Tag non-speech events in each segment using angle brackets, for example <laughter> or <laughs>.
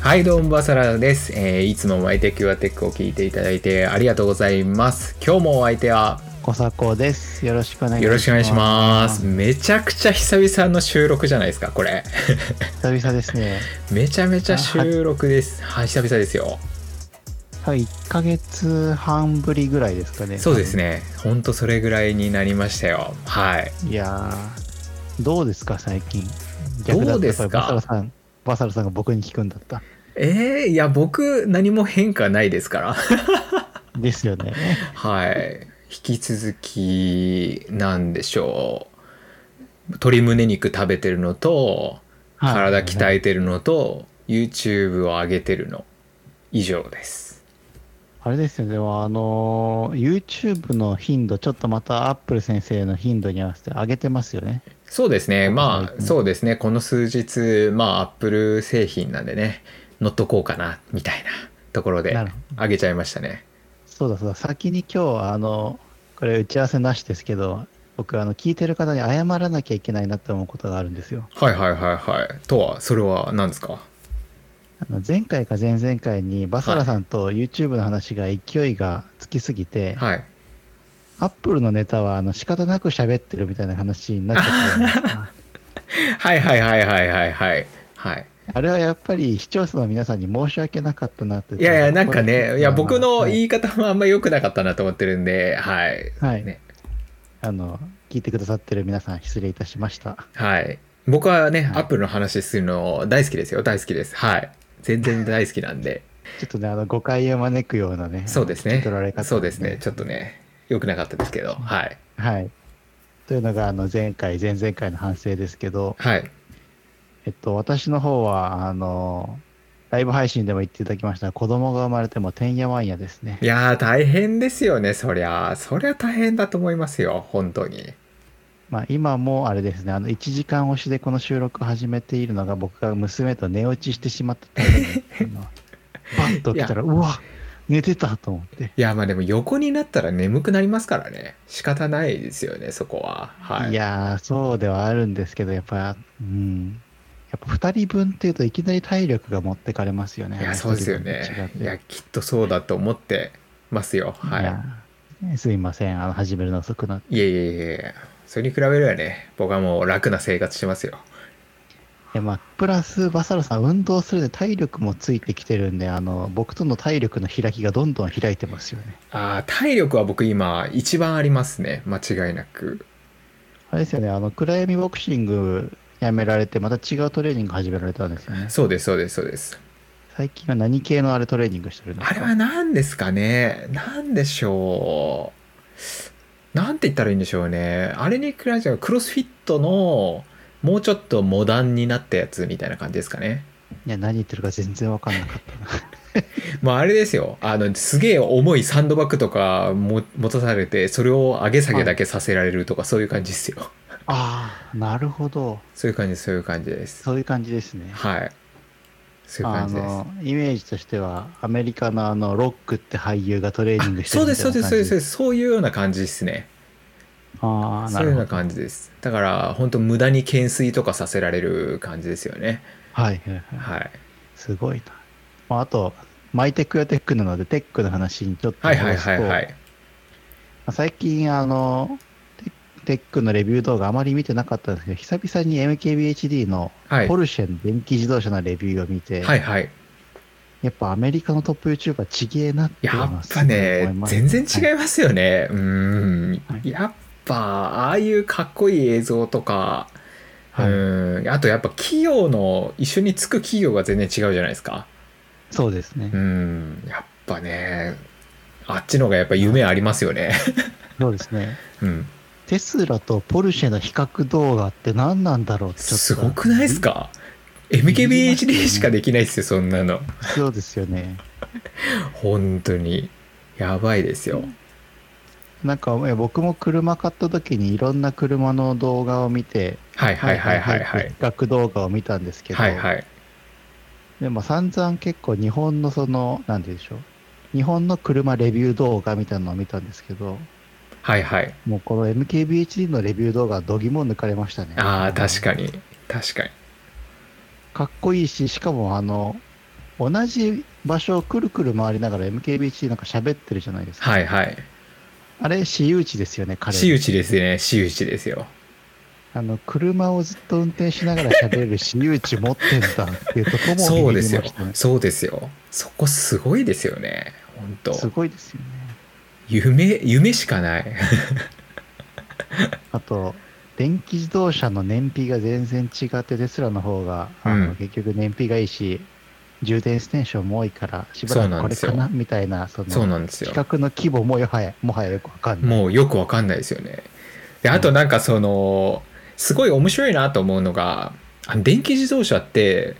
はい、どうも、バサラです。えーいつもマイテックはテックを聞いていただいてありがとうございます。今日もお相手は小坂です。よろしくお願いします。よろしくお願いします。。めちゃくちゃ久々の収録じゃないですか、これ。久々ですね。めちゃめちゃ収録です。はい、久々ですよ。多分1ヶ月半ぶりぐらいですかね。そうです。ね。ほんとそれぐらいになりましたよ。はい。いやー、どうですか、最近。どうですかバサラさん、バサラさんが僕に聞くんだった。えー、いや、僕、何も変化ないですから。 <laughs> ですよね。はい。引き続き、なんでしょう。鶏胸肉食べてるのと、はい体鍛えてるのと、YouTube を上げてるの。以上です。あれですよね。でも、あのー YouTube の頻度、ちょっとまたアップル先生の頻度に合わせて上げてますよね。そうですね。まはあ、いそうですね。この数日、まあ、Apple 製品なんでね、乗っとこうかな、みたいなところでなるほ、上げちゃいましたね。そうだそうだ。先に今日は、あの、これ打ち合わせなしですけど、僕、あの、聞いてる方に謝らなきゃいけないなって思うことがあるんですよ。はいはいはいはい。とは、それは何ですかあの前回か前々回にバサラさんと YouTube の話が勢いがつきすぎて、はい。アップルのネタはあの仕方なく喋ってるみたいな話になっちゃったじゃないで <laughs> すかはいはいはいはいはいはい。はい。あれはやっぱり視聴者の皆さんに申し訳なかったなっていやいや、なんかね、いや、僕のはい、言い方もあんま良くなかったなと思ってるんで、はい。はいねあの聞いてくださってる皆さん失礼いたしましたはい。僕はね、はアいップルの話するの大好きですよ。大好きです。はい。全然大好きなんで。ちょっとねあの誤解を招くようなねそうです聞ねき取られ。方そうですね。ちょっとね、良くなかったですけど、はい。はいというのがあの前回前々回の反省ですけどはい。えっと、私の方は、あの、ライブ配信でも言っていただきました、子供が生まれてもてんやわんやですねい。やー、大変ですよね、そりゃ。そりゃ大変だと思いますよ、本当に。まあ、今もあれですね、あの、1時間押しでこの収録を始めているのが、僕が娘と寝落ちしてしまったため <laughs> にあのバッと起きたら、うわ寝てたと思って。いや、まあでも横になったら眠くなりますからね。仕方ないですよね、そこは。はい。い、やー、そうではあるんですけど、やっぱ、うん。やっぱ2人分っていうといきなり体力が持ってかれますよね。いや、そうですよ一人分ねと違っ。ていや、きっとそうだと思ってますよ。はいいや。ねすいません、あの始めるの遅くなって。いやいやいやいやそれに比べればね、僕はもう楽な生活してますよ。でまあ、プラス、バサロさん、運動するで体力もついてきてるんで、あの僕との体力の開きがどんどん開いてますよね。ああ、体力は僕今一番ありますね。間違いなく。あれですよね、あの暗闇ボクシングやめられて、また違うトレーニング始められたんですよね。そうです、そうです、そうです。最近は何系のあれトレーニングしてるんですあれかは何ですかね何でしょう。なんて言ったらいいんでしょうね。あれに比べちゃうクロスフィットのもうちょっとモダンになったやつみたいな感じですかね。いや何言ってるか全然わかんなかったな。まああれですよ。あの、すげえ重いサンドバッグとかも持たされて、それを上げ下げだけさせられるとか、そういう感じですよ。ああ、なるほど。そういう感じ、そういう感じです。そういう感じですね。はい。そういうあ感じです。のイメージとしては、アメリカのあのロックって俳優がトレーニングあしてそうるみでたいなす、そうです、そう感でじす。そうですそういうような感じですね。ああ、そなういうるようなほど。感じです。だから、本当無駄に懸垂とかさせられる感じですよね。はいはいはい。はい。すごいな。まあ、あと、マイテックやテックなので、テックの話にちょっとはい戻すと、はいはいはい。まあ最近、あの、テテックのレビュー動画あまり見てなかったんですけど、久々に MKBHD のはいポ。ルシェの電気自動車のレビューを見て、はいはい。やっぱアメリカのトップ YouTuber ちげえなっていうのやはっぱねすごい思い、ます全然は違いいますよね。うーはん。いやっぱ、ああいうかっこいい映像とか、うはいーん。あとやっぱ企業の、一緒につく企業が全然違うじゃないですか。そうですねう。ん、やっぱね、あっちの方がやっぱ夢ありますよね。そうですね。うん、テスラとポルシェの比較動画って何なんだろうってちょっと。すごくないですか ?MKBHD しかできないですよ、そんなの。そうですよね。本当に。やばいですよ。なんかえ僕も車買った時にいろんな車の動画を見て、はいはいはいはいは比い。較動画を見たんですけど、はいはい。でも散々結構日本のその、なんて言うんでしょう。日本の車レビュー動画みたいなのを見たんですけど、はいはい。もうこの MKBHD のレビュー動画は度肝を抜かれましたね。ああ、確かに。確かに。かっこいいし、しかもあの、同じ場所をくるくる回りながら MKBHD なんか喋ってるじゃないですか。はいはい。あれ、私有地ですよね、彼。私有地ですね。私有地ですよ。あの、車をずっと運転しながら喋れる私有地持ってんだっていうとこもそうですよビビりま。しそうですよ。そこすごいですよね。本たねす当ごいですよね。夢、夢しかない。あと、電気自動車の燃費が全然違って、テスラの方が、あうんの結局燃費がいいし、充電ステーションも多いから、しばそうらなくんこでれすかよなみたいな、そそうの、なんですよ企。画の規模もよはや、もはやよくわかんない。もうよくわかんないですよね。であとなんかそのすごい面白いなと思うのがあの電気自動車って、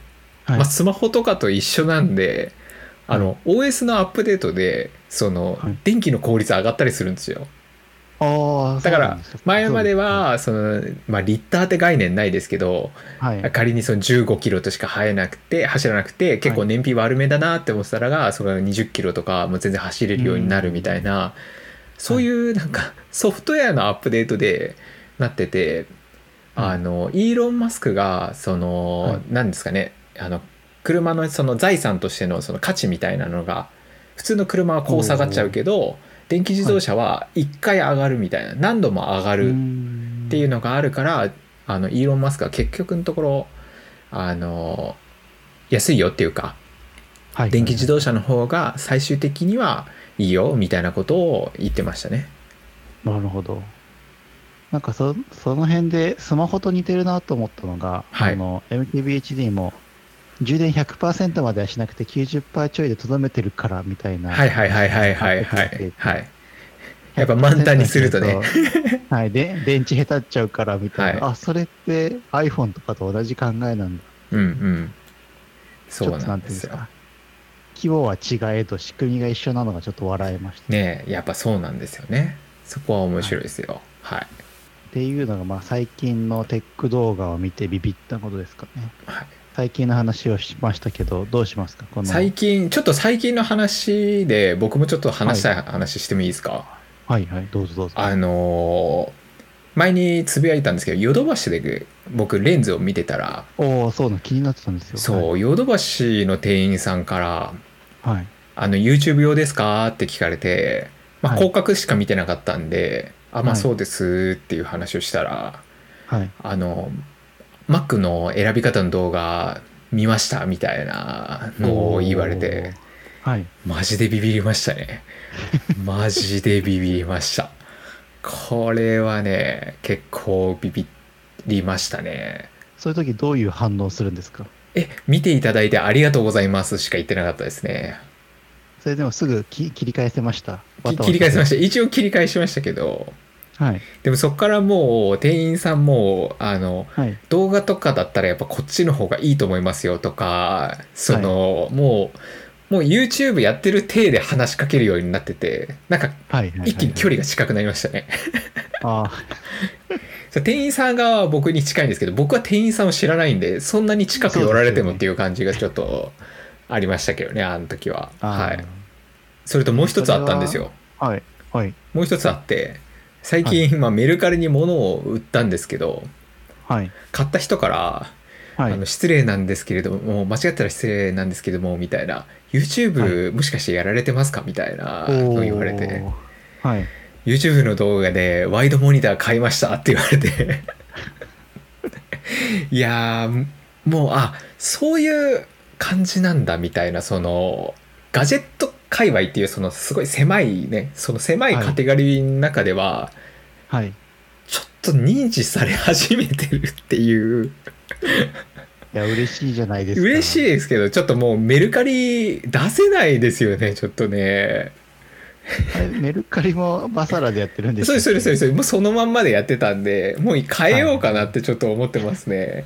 はいまあ、スマホとかと一緒なんであの OS のアップデートでそのはい電気の効率上がったりするんですよ。ああ、だかそうなんらすよ前まで、そうはその、まあ、リッターって概念ないですけどすはい、仮にその15キロとしか生えなくて走らなくて結構燃費悪めだなって思ってたらがそれが20キロとかもう全然走れるようになるみたいな、そういうなんかソフトウェアのアップデートでなってて、うんあのイーロン・マスクがそはのい何、ですかねあの車のその財産としてのその価値みたいなのが普通の車はこう下がっちゃうけど電気自動車は1回上がるみたいな、何度も上がるっていううのがあるからあのイーロン・マスクは結局のところあの安いよっていうかーん、はい電気自動車。車の方が最終的にはいいよみたいなことを言ってましたね。なるほど。なんかそ、その辺でスマホと似てるなと思ったのが、はいあの、MTBHD も、充電100%まではしなくて90%ちょいでとどめてるからみたいな。はいはいはいはいはいははいいはい。やっぱ満タンにするとね。はい。で、 <laughs> 電池下手っちゃうからみたいな。はあ、それって iPhone とかと同じ考えなんだ。うんうん。ちそょうっとななんんでていうんすですよ。か。規模は違えと仕組みが一緒なのがちょっと笑えました。ねえやっぱそうなんですよね。そこは面白いですよ。はい。っていうのが、まあ最近のテック動画を見てビビったことですかね。はい最近の話をしましたけど、どうしますかこの。最近ちょっと最近の話で僕もちょっと話したい話してもいいですか、はいはい、どうぞどうぞ。あのー前につぶやいたんですけどヨドバシで僕レンズを見てたらおお、そうなの、気になってたんですよ。そうヨドバシの店員さんからはい。はい。 「あの YouTube 用ですか?」って聞かれて、まあ、はい広角しか見てなかったんで「あまあはいそうです」っていう話をしたらはい。 「あの Mac の選び方の動画見ました」みたいなのを言われておー。はい。マジでビビりましたねマジでビビりましたこれはね結構ビビりましたねそういう時どういう反応するんですかえ見ていただいてありがとうございますしか言ってなかったですねそれでもすぐき切り返せました。き切り返しましした一応切り返しましたけどた。はい。でもそこからもう店員さんもあのはい。動画とかだったらやっぱこっちの方がいいと思いますよとかその、もうもう YouTube やってる体で話しかけるようになっててなんかはい。はい一気に距離が近くなりましたねああー、そう店員さんが僕に近いんですけど僕は店員さんを知らないんでそんなに近く寄られてもっていう感じがちょっとありましたけどねあの時ははあいそれともう一つあったんですよーはい。はい。もう一つあって最近、まあメルカリに物を売ったんですけどはい。買った人から、はあのい。失礼なんですけれども間違ったら失礼なんですけどもみたいな YouTube、もしかしてやられてますかみたいなのを言われておー。はい。 YouTube の動画でワイドモニター買いましたって言われて <laughs> いやーもうあそういう感じなんだみたいなそのガジェット界隈っていうそのすごい狭いねその狭いカテゴリーの中でははい。ちょっと認知され始めてるっていういや、嬉しいじゃないですか。嬉しいい。ですけどちょっともうメルカリ出せないですよねちょっとねメルカリもバサラでやってるんですそうですそうですそうですもうそのまんまでやってたんでもう変えようかなってちょっと思ってますね、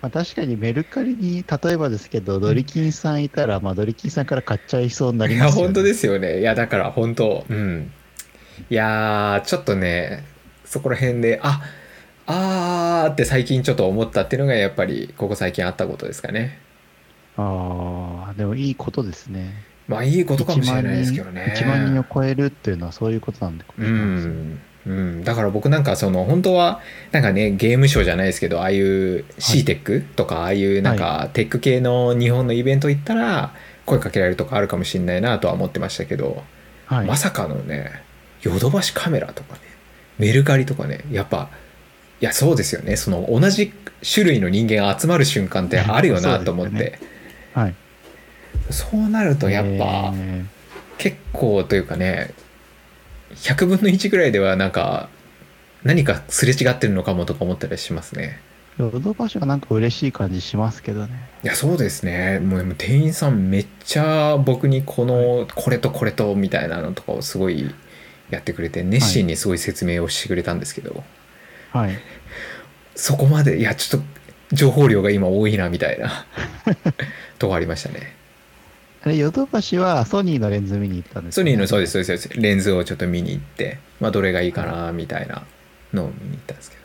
まあ、確かにメルカリに、例えばですけど、ドリキンさんいたら、まあ、ドリキンさんから買っちゃいそうになりいまやすよ、ね。。本当ですすよねいやだから本当うんいやーちょっとねそこら辺でああーって最近ちょっと思ったっていうのがやっぱりここ最近あったことですかねああ、でもいいことですね。まあいいことかもしれないですけどね1万人1万人を超えるっていうのはそういうことなんで。うん、うん、だから僕なんかその本当はなんかねゲームショーじゃないですけどああいう c テックとかああいうなんかテック系の日本のイベント行ったら、声かけられるとかあるかもしれないなとは思ってましたけど、はい。まさかのねヨドバシカメラとかねメルカリとかねやっぱいやそうですよねその同じ種類の人間が集まる瞬間ってあるよなと思ってそうではい。そうなるとやっぱえ結構というかね100分の1ぐらいではなんか何かすれ違ってるのかもとか思ったりしますねーヨドバシはなんか嬉しい感じしますけどね。いやそうですねもうでも店員さんめっちゃ僕にこのこれとこれとみたいなのとかをすごいやってくれて熱心にすごい説明をしてくれたんですけど、はい。そこまでいやちょっと情報量が今多いなみたい <laughs> なとこありましたねあれ、ヨドバシはソニーのレンズ見に行ったんですソよニねーのそうですそうですそうですレンズをちょっと見に行って、まあ、どれがいいかなみたいなのを見に行ったんですけど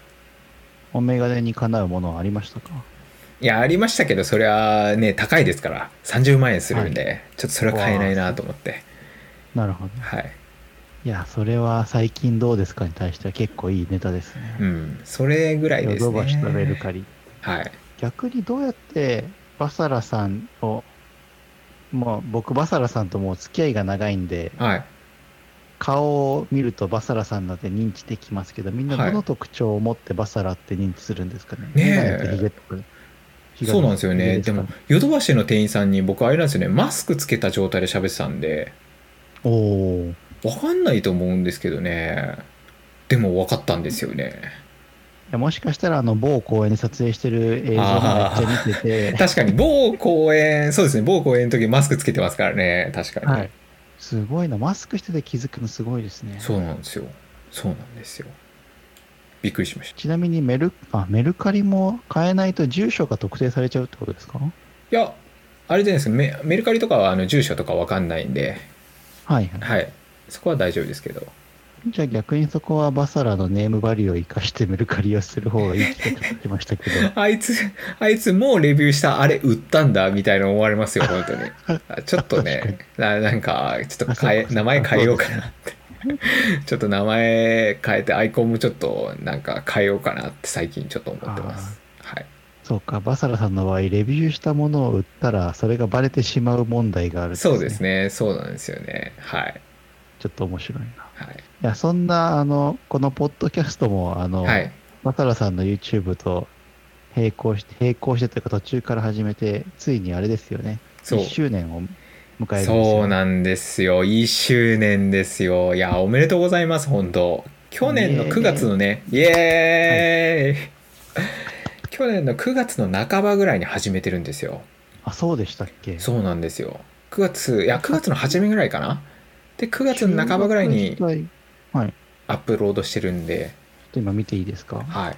お眼鏡にかなうものはありましたかいやありましたけどそれはね高いですから30万円するんで、ちょっとそれは買えないなと思ってなるほど。はいいや、それは最近どうですかに対しては結構いいネタですね。うんそれぐらいヨですドねバシとメルカリ。はい逆にどうやってバサラさんを、もう僕バサラさんともう付き合いが長いんで、はい顔を見るとバサラさんなんて認知できますけど、みんなはいどの特徴を持ってバサラって認知するんですかね。ねえ眼鏡とヒゲとかヒゲそうなんですよねヒゲですかもヨドバシの店員さんに僕あれなんですよねマスクつけた状態で喋ってたんでおおーわかんないと思うんですけどねでもわかったんですよねいやもしかしたらあの某公園で撮影してる映像がめっちゃ見て <laughs> て、確かに某公園そうですね某公園の時マスクつけてますからね確かに、はい、すごいな、マスクしてて気づくのすごいですね。そうなんですよそうなんですよびっくりしましたちなみにメルあメルカリも買えないと住所が特定されちゃうってことですかいや、あれじゃないですか、メメルカリとかはあの住所とかわかんないんで、はいはい。はい、そこは大丈夫ですけど、。じゃあ逆にそこはバサラのネームバリューを生かしてメルカリをする方がいいって聞きましたけど <laughs> あいつ、あいつもうレビューした、あれ売ったんだみたいな思われますよ、本当に。あちょっと <laughs> ね、ななんか、ちょっと変あ <laughs> えそうかそうか名前変えようかなって。 <laughs> ちょっと名前変えて、アイコンもちょっとなんか変えようかなって最近ちょっと思ってます。はい。そうか、バサラさんの場合、レビューしたものを売ったら、それがバレてしまう問題があるんです、そうです。ね、そうなんですよね。はい。ちょっと面白いな。いはい。や、そんな、あの、このポッドキャストも、あの、はい。バサラさんの YouTube と並行して、並行してというか途中から始めて、ついにあれですよね。そう1。周年を迎えるんですよ。そうなんですよ1周年ですよいやおめでとうございます本当去年のねえ9月のねイエーイ、去年の9月の半ばぐらいに始めてるんですよあ、そうでしたっけそうなんですよ9月いや9月の初めぐらいかなで9月の半ばぐらいに収録自体アップロードしてるんでちょっと今見ていいですかはい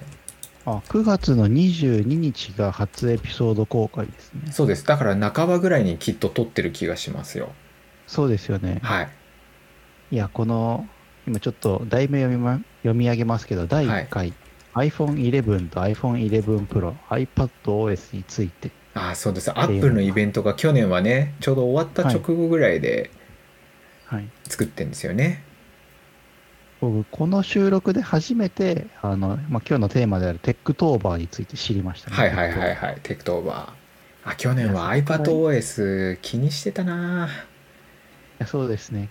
あ、9月の22日が初エピソード公開ですね。そうですだから半ばぐらいにきっと撮ってる気がしますよそうですよね。はいいや、この、今ちょっと題名読み,、ま、読み上げますけど、第1回、iPhone11 と iPhone11Pro、iPadOS について。あそうですアップルのイベントが去年はねちょうど終わった直後ぐらいではい。作ってるんですよね、僕、この収録で初めて、あの、まあ、今日のテーマであるテックトーバーについて知りましたね。はいはいはいはい、テクトオーバー。あ、去年は iPadOS 気にしてたなやそうですね。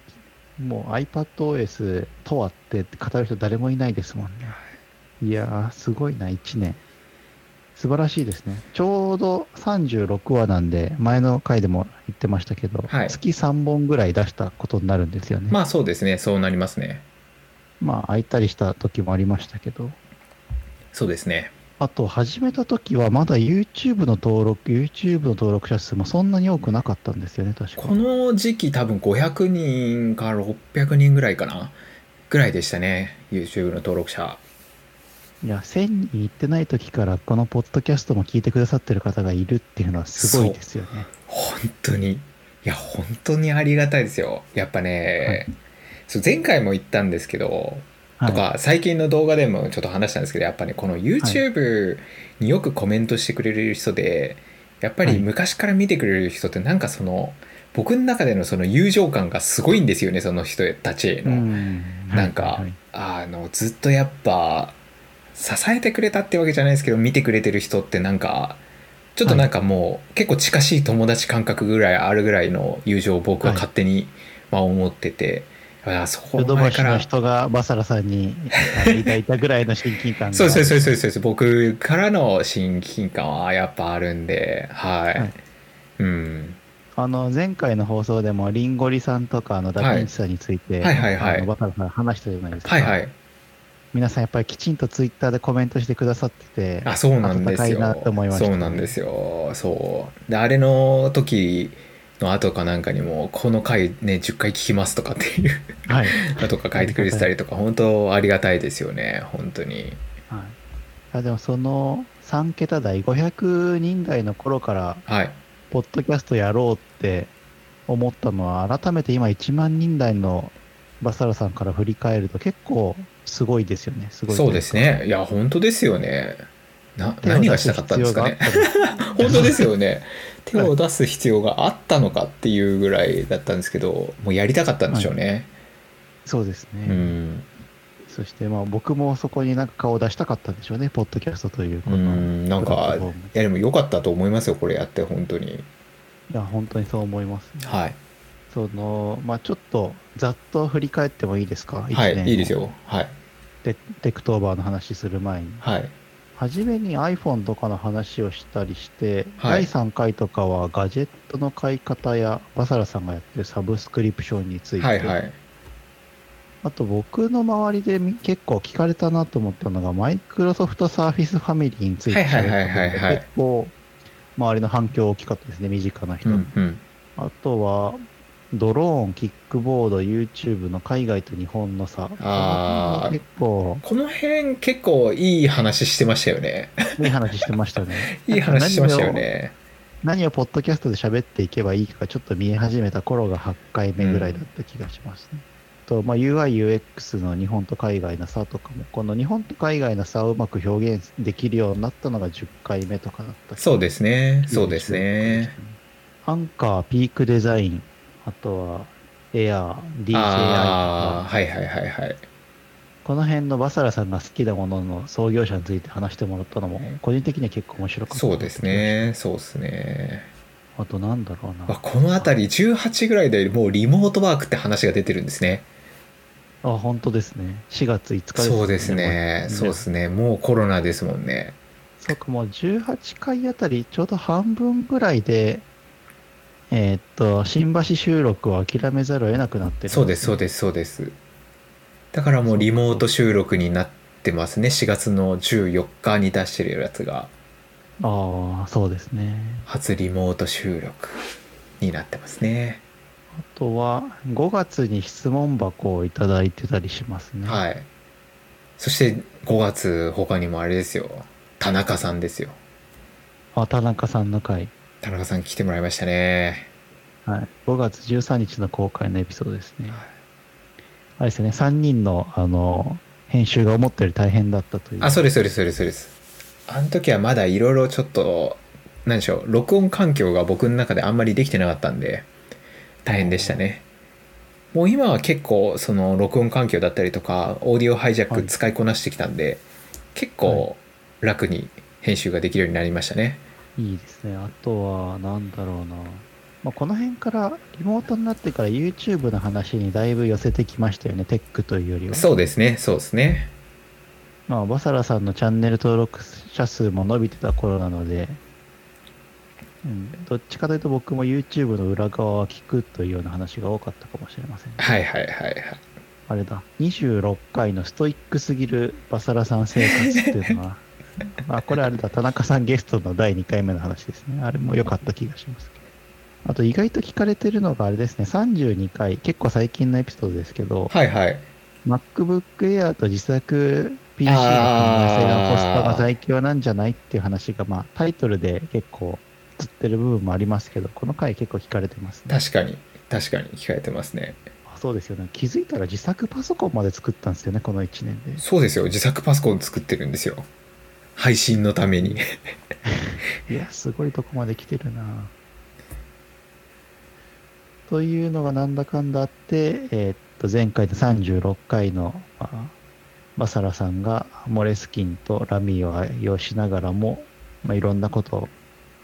もう iPadOS とはって語る人誰もいないですもんね。いやー、すごいな、1年。素晴らしいですね。ちょうど36話なんで、前の回でも言ってましたけど、はい月3本ぐらい出したことになるんですよね。ままあそうですね、そうなりますね。あ、空いたりした時もありましたけど。そうですね。あと、始めた時はまだ YouTube の登録、YouTube の登録者数もそんなに多くなかったんですよね、確こか。の時期多分500人か600人ぐらいかなぐらいでしたね、YouTube の登録者。いや、1000人行ってない時から、このポッドキャストも聞いてくださってる方がいるっていうのはすごいですよね。本当に。いや、本当にありがたいですよ。やっぱね、そう前回も言ったんですけど、はいとか最近の動画でもちょっと話したんですけどやっぱねこの YouTube によくコメントしてくれる人で、やっぱはりい昔から見てくれる人ってなんかその僕の中でのその友情感がすごいんですよねその人たちへの。うんなんか、はいはいあのずっとやっぱ支えてくれたってわけじゃないですけど見てくれてる人ってなんかちょっとなんかもう、結構近しい友達感覚ぐらいあるぐらいの友情を僕は勝手に、まあ思ってて、いやそこヨド前バかシのら人がバサラさんにあの抱いたぐらいの親近感が。そうですそうですそうですそうです僕からの親近感はやっぱあるんではい、はいうんあの、前回の放送でも、リンゴリさんとか、あの、ダヴィンチさんについて、はいはいはいはいあのバタラさん話したじゃないですか。はいはい皆さんやっぱりきちんとツイッターでコメントしてくださってて、あそうなんです温よかいなって思いましたねそうなんですよそうであれの時の後かなんかにもこの回ね10回聞きますとかっていう <laughs> はい。のとか書いてくれてたりとか本当ありがたいですよね本当にはい、あでもその3桁台、500人台の頃から、はいポッドキャストやろうって思ったのは、改めて今1万人台のバサラさんから振り返ると結構すごいですよね。すごいといそうか。うですねいや本当ですよねな手を何出がしすたかったんです必要がかあっねた <laughs> の。本当ですよね手を出す必要があったのかっていうぐらいだったんですけどもうやりたかったんでしょうね、 <laughs> そうですね。うんそしてまあ僕もそこになんか顔を出したかったんでしょうね、ポッドキャストというこうのんなんプラッかトいフォームやでも良かったと思いますよこれやって本当にいや、本当にそう思います、ね。はいその、まあちょっとざっと振り返ってもいいですか、は一年をいいいです。よはいテテクトーバーの話する前に。はい初めに iPhone とかの話をしたりして、はい第3回とかはガジェットの買い方や、バサラさんがやってるサブスクリプションについて、はいはいあと僕の周りでみ結構聞かれたなと思ったのが、マイクロソフトサーフィスファミリーについて喋ったのがはいはいはいはいはい結構、周りの反響大きかったですね、身近な人うの。んうんあとは、ドローン、キックボード、YouTube の海外と日本の差。あー結構、この辺結構いい話してましたよね。いい話してましたね <laughs> いい話してましたよね何をポッドキャストで喋っていけばいいかがちょっと見え始めた頃が8回目ぐらいだった気がしますね。とまあ、UI、UX の日本と海外の差とかも、この日本と海外の差をうまく表現できるようになったのが10回目とかだったそうですねそうですね。アンカー、ピークデザイン、あとはエアー、DJI とああか、はいはいはいはいこの辺のバサラさんが好きなものの創業者について話してもらったのも、個人的には結構面白かった。そうです。ねそうですねあとなんだろうまあな。この辺り18ぐらいでもうリモートワークって話が出てるんですね。あ、本当ですね。4月5日です、そうですね。これそうですね。もうコロナですもんね。そうか、もう18回あたり、ちょうど半分ぐらいで、えーっと、新橋収録を諦めざるを得なくなってる、そうです、そうす。です、そうです。だからもうリモート収録になってますね。4月の14日に出してるやつが、ああ、そうですね。初リモート収録になってますね。あとは、5月に質問箱をいただいてたりしますね。い。はい。そして5月、他にもあれですよ。田中さんですよ。あ、田中さんの回。田中さん来てもらいましたね。はい。5月13日の公開のエピソードですね。あれですね、3人の、あの、編集が思ったより大変だったという。あ、そうです、そうです、そうです、そうです。あの時はまだいろいろちょっと、何でしょう、録音環境が僕の中であんまりできてなかったんで、大変でしたね。もう今は結構、その、録音環境だったりとか、オーディオハイジャッはクい使いこなしてきたんで、結構楽に編集ができるようになりましたね。いいですね。あとは、なんだろうな。まあ、この辺から、リモートになってから YouTube の話にだいぶ寄せてきましたよね。テックというよりは。そうですね、そうですね。まあ、バサラさんのチャンネル登録者数も伸びてた頃なので、うん、どっちかというと僕も YouTube の裏側は聞くというような話が多かったかもしれません。はいはいはいはい。あれだ、26回のストイックすぎるバサラさん生活っていうのは、あこれあれだ、田中さんゲストの第2回目の話ですね。あれも良かった気がしますけど。あと意外と聞かれてるのがあれですね、32回、結構最近のエピソードですけど、はいはい。 MacBook Air と自作 PC の組み合わせがコスパが最強なんじゃないっていう話が、まあタイトルで結構つってる部分もありますけど、この回結構聞かれてますね。確かに、確かに聞かれてますね。あそうですよね。気づいたら自作パソコンまで作ったんですよね、この1年で。そうですよ、自作パソコン作ってるんですよ。配信のために。いや、すごいとこまで来てるなというのがなんだかんだあって、えーっと、前回の36回の、まあバサラさんがモレスキンとラミーを愛用しながらも、まあ、いろんなことを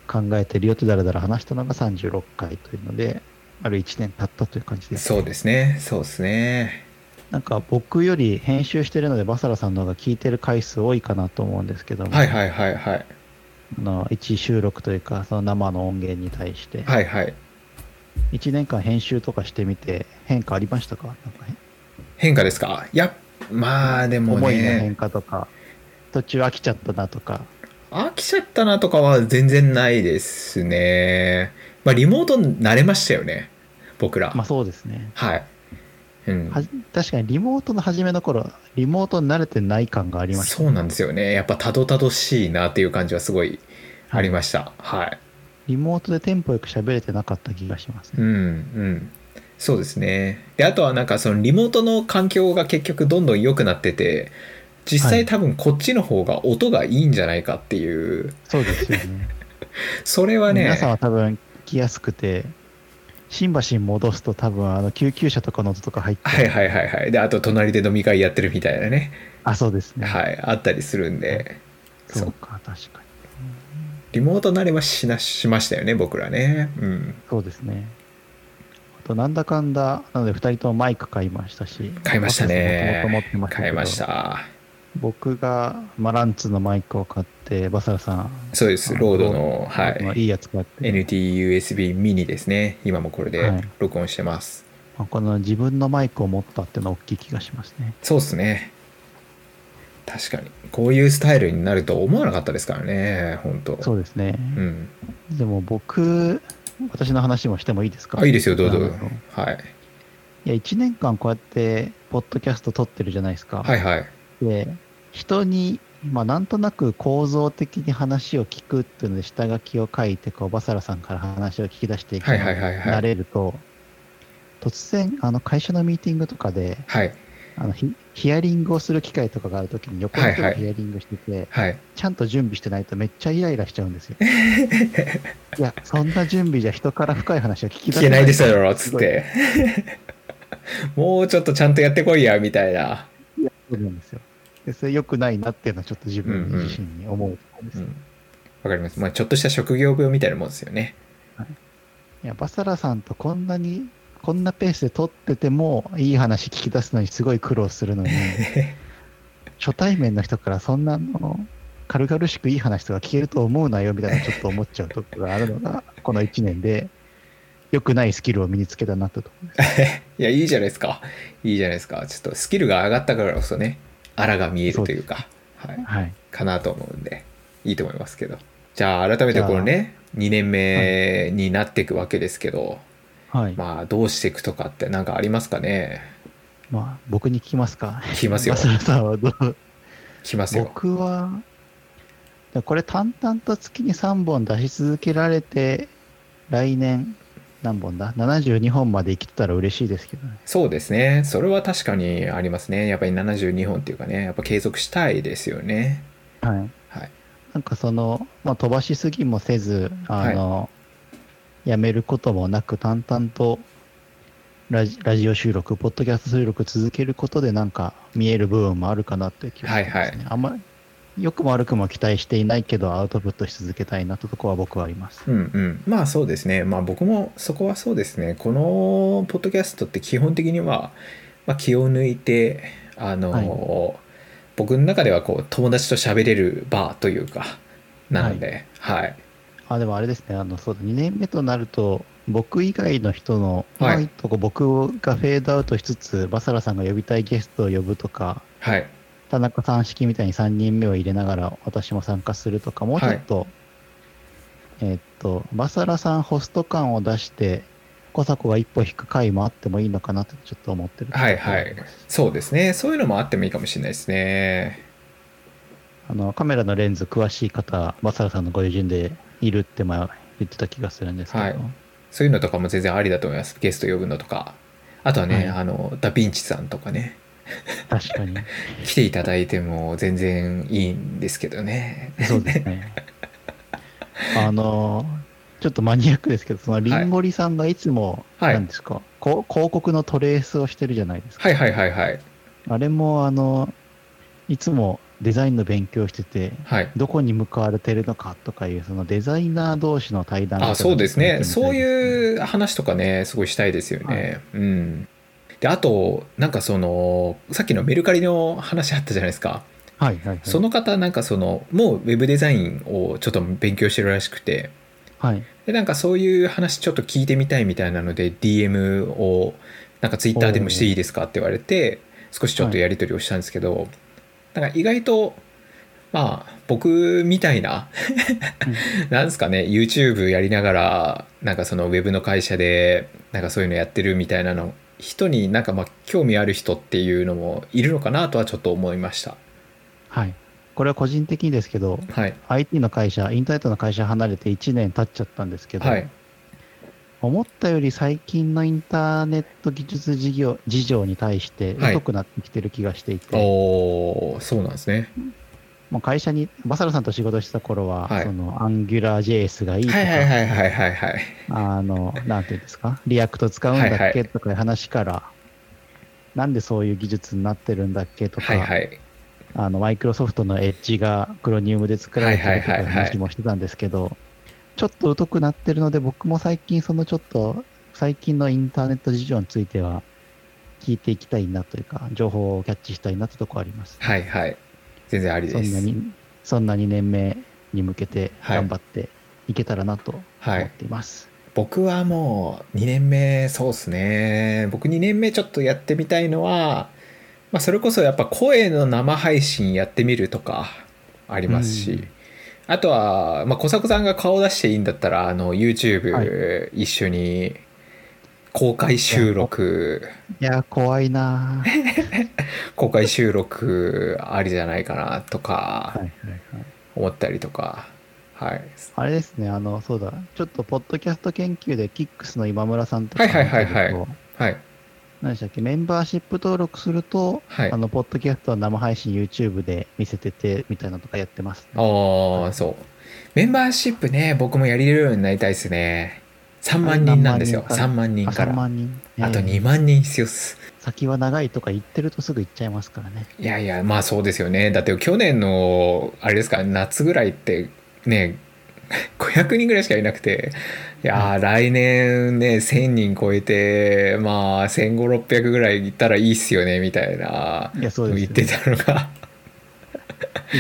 考えてるよとだらだら話したのが36回というので、ある1年経ったという感じです。そうですね。そうですね。なんか僕より編集してるので、バサラさんの方が聞いてる回数多いかなと思うんですけども、はいはいはいはい。あの1収録というか、その生の音源に対して、はいはい。 1年間編集とかしてみて、変化ありましたかなんかね変化ですかいや、まあでも思いのね変、化とか、途中飽きちゃったなとか、飽きちゃったなとかは全然ないですね。まあリモートに慣れましたよね。僕ら。まあそうですね。はい。うん。はじ確かにリモートの初めの頃、リモートに慣れてない感がありました。そうなんですよね。やっぱたどたどしいなっていう感じはすごいありました。はい。リモートでテンポよく喋れてなかった気がしますね。うんうん。そうですね。で、あとはなんかそのリモートの環境が結局どんどん良くなってて、実は際い多分こっちの方が音がいいんじゃないかっていう、そうですよ <laughs> ね。それはね、皆さんは多分来やすくて、新橋に戻すと多分あの救急車とかの音とか入って、はいはいはいはい。で、あと隣で飲み会やってるみたいなね、あ、そうですね。はい、あったりするんで、そそうう。か、確かに。リモート慣れはしな、しましたよね、僕らね。うん。そうですね。あと、なんだかんだ、なので2人ともマイク買いましたし、買いましたねバサラさんもともと持ってましたけど変えました。僕がマランツのマイクを買って、バサラさん、そうです、あロードの、はまあい。いいやつ買って、 NTUSB ミニですね。今もこれではい録音してます。まあこの自分のマイクを持ったっていうのは大きい気がしますね。そうですね。確かに。こういうスタイルになると思わなかったですからね、本当そうですね。うん。でも僕、私の話もしてもいいですかあ、いいですよ、どうぞなるほ。はい。いや、1年間こうやって、ポッドキャスト撮ってるじゃないですか。はいはい。で、人に、まあ、なんとなく構造的に話を聞くっていうので、下書きを書いて、こう、バサラさんから話を聞き出していくはいはいはいはいなれると、突然、あの、会社のミーティングとかで、はい。あのヒ、ヒアリングをする機会とかがあるときに、横の人はいはがいヒアリングしてて、はい。ちゃんと準備してないとめっちゃイライラしちゃうんで <laughs> すよ。いや、そんな準備じゃ人から深い話は聞聞き出けせないですすよ。よ、つって。 <laughs> もうちょっとちゃんとやってこいや、みたいな。そうなんですよ。で、それ良くないなっていうのはちょっと自分うんうん自身に思うところです、うん。わかります。まあ、ちょっとした職業病みたいなもんですよね。いや、バサラさんとこんなに、こんなペースで撮ってても、いい話聞き出すのにすごい苦労 <laughs> するのに、初対面の人からそんなの、軽々しくいい話とか聞けると思うなよみたいなちょっと思っちゃうところがある <laughs> のが、この1年で、良くないスキルを身につけたなってところです。いや、いいじゃないですか。いいじゃないですか。ちょっとスキルが上がったからこそね、あらが見えるというか、はい、はい。かなと思うんで、いいと思いますけど。じゃあ、改めてこのね、2年目になっていくわけですけど、はい。まあ、どうしていくとかって何かありますかねまあ、僕に聞きますか。聞きますよバ。サラさんはどう来ますよ。僕は、これ淡々と月に3本出し続けられて、来年、何本だ ?72 本まで生きてたら嬉しいですけどね。そうですね。それは確かにありますね。やっぱり72本っていうかね、やっぱ継続したいですよね。はい。はい。なんかその、まあ、飛ばしすぎもせず、あの、やめることもなく淡々とラジ、ラジオ収録、ポッドキャスト収録続けることでなんか見える部分もあるかなという気がします、ね。はいはいあんまり、良くも悪くも期待していないけどアウトプットし続けたいなととこは僕はあります。うんうん。まあそうですね。まあ僕もそこはそうですね。このポッドキャストって基本的には、まあ、気を抜いて、あの僕の中ではこう友達と喋れる場というか、なので、はい。あ、でもあれですね、あの、そうだ、2年目となると、僕以外の人の、はいまあとこ僕がフェードアウトしつつ、バサラさんが呼びたいゲストを呼ぶとか、はい。田中さん式みたいに3人目を入れながら私も参加するとか、もうちょっと、えーっと、バサラさんホスト感を出して、コサコが一歩引く回もあってもいいのかなってちょっと思ってる。はいはい。そうですね。そういうのもあってもいいかもしれないですね。あの、カメラのレンズ詳しい方、バサラさんのご友人でいるって前言ってた気がするんですけど、はいそういうのとかも全然ありだと思います。ゲスト呼ぶのとか。あとはね、はいあの、ダヴィンチさんとかね、確かに。来ていただいても全然いいんですけどね。そうですね。あの、ちょっとマニアックですけど、そのリンゴリさんがいつも、はいなんですか、こう広告のトレースをしてるじゃないですか。はいはいはいはい。あれも、あの、いつもデザインの勉強してて、はい。どこに向かわれてるのかとかいう、そのデザイナー同士の対談あそうですね。そうう。いう話とかね、すごいしたいですよね。うん。で、あと、なんかその、さっきのメルカリの話あったじゃないですか。はいはいはい。その方、なんかその、もうウェブデザインをちょっと勉強してるらしくて、はい。で、なんかそういう話ちょっと聞いてみたいみたいなので、DM を、なんか Twitter でもしていいですかって言われて、少しちょっとやり取りをしたんですけど、なんか意外と、まあ、僕みたいな、なんですかね、YouTube やりながら、なんかそのウェブの会社で、なんかそういうのやってるみたいなの、人になんかまあ興味ある人っていうのもいるのかなとはちょっと思いました。はい。これは個人的にですけど、はい。 IT の会社、インターネットの会社離れて1年経っちゃったんですけど、はい。思ったより最近のインターネット技術事業事情に対してはい疎くなってきてる気がしていて、おー、そうなんですね。もう会社に、バサルさんと仕事してた頃は、はいその AngularJS がいいとか、はいはいはいはいはいはい。あの、なんていうんですか、リアクト使うんだはっいはけとかいう話から、なんでそういう技術になってるんだっけとか、はいはい。あの、マイクロソフトのエッジがクロニウムで作られてるとかいう話もしてたんですけど、ちょっと疎くなってるので、僕も最近そのちょっと、最近のインターネット事情については、聞いていきたいなというか、情報をキャッチしたいなってとこあります。はいはい。全然ありそでんなす。に、そんな2年目に向けてはい頑張っていけたらなとは思っい。ています。僕はもう2年目、そうですね。僕2年目ちょっとやってみたいのは、まあ、それこそやっぱ声の生配信やってみるとかありますし、うんあとは、まあ、小作さんが顔出していいんだったら、あの、は YouTube 一緒に公開収録、いやー、怖いなー公開収録ありじゃないかなとかはいはいはい。思ったりとか、はい。 <laughs> あれですね、あの、そうだ、ちょっと、ポッドキャスト研究で、キックスの今村さんとか、はいはいはいはい見てるとはい。何でしたっけ、メンバーシップ登録すると、はいあ。の、ポッドキャストは生配信 YouTube で見せてて、みたいなのとかやってます、ね。ああ、そう。メンバーシップね、僕もやれるようになりたいですね。3万人なんですよ。3何万人あか3ら。万人、あとええ2万人必要っす。先は長いとか言ってるとすぐ行っちゃいますからね。いやいや、まあそうですよね。だって去年の、あれですか、夏ぐらいって、ね、500人ぐらいしかいなくて、いやー、来年ね、1000人超えて、まあ1500、600ぐらいいったらいいっすよね、みたいな、いや、そう言でっす、てたのね。が。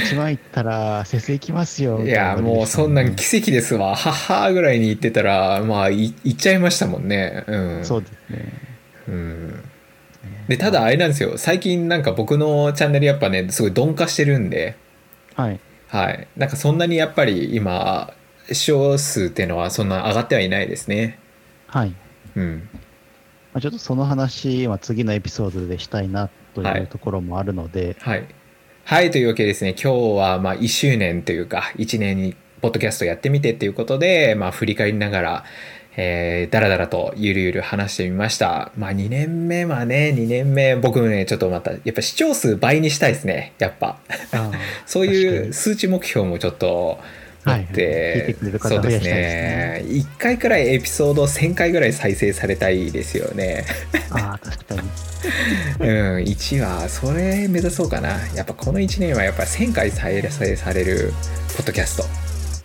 一番行ったら、節制行きますよ。いや、もうそんなん奇跡ですわ。はっはーぐらいに言ってたら、まあ、い言っちゃいましたもんね。うん。そうですね。うんでただあれなんですよ最近なんか僕のチャンネルやっぱねすごい鈍化してるんではい。はいなんかそんなにやっぱり今視聴数っていうのはそんな上がってはいないですねはい。うんまあ、ちょっとその話は次のエピソードでしたいなとはいいうところもあるの <laughs> で、はいはいというわけでですね今日はまあ1周年というか1年にポッドキャストやってみてっていうことでまあ振り返りながらえー、だらだらとゆるゆる話してみました。まあ2年目はね、2年目、僕もね、ちょっとまた、やっぱ視聴数倍にしたいですね、やっぱ。あーそうい確う数値目標もちょっと持はい聞いてってくれ、る方そう増でやすしたいですねね。1回くらいエピソード1000回くらい再生されたいですよね。かにあー、確かに。うん、1は、それ目指そうかな。やっぱこの1年はやっぱ1000回再生されるポッドキャスト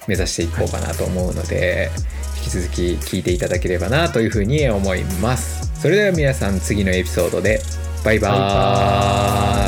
目指していこうかなと思うので、引き続き聞いていただければなというふうに思います。それでは皆さん次のエピソードで、バイババイバイバーイ